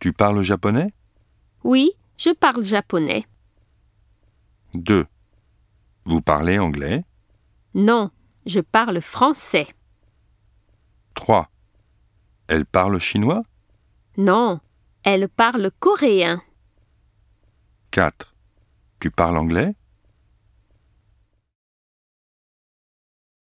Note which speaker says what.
Speaker 1: Tu parles japonais
Speaker 2: Oui, je parle japonais.
Speaker 1: 2. Vous parlez anglais
Speaker 2: Non, je parle français.
Speaker 1: 3. Elle parle chinois
Speaker 2: Non, elle parle coréen.
Speaker 1: 4. Tu parles anglais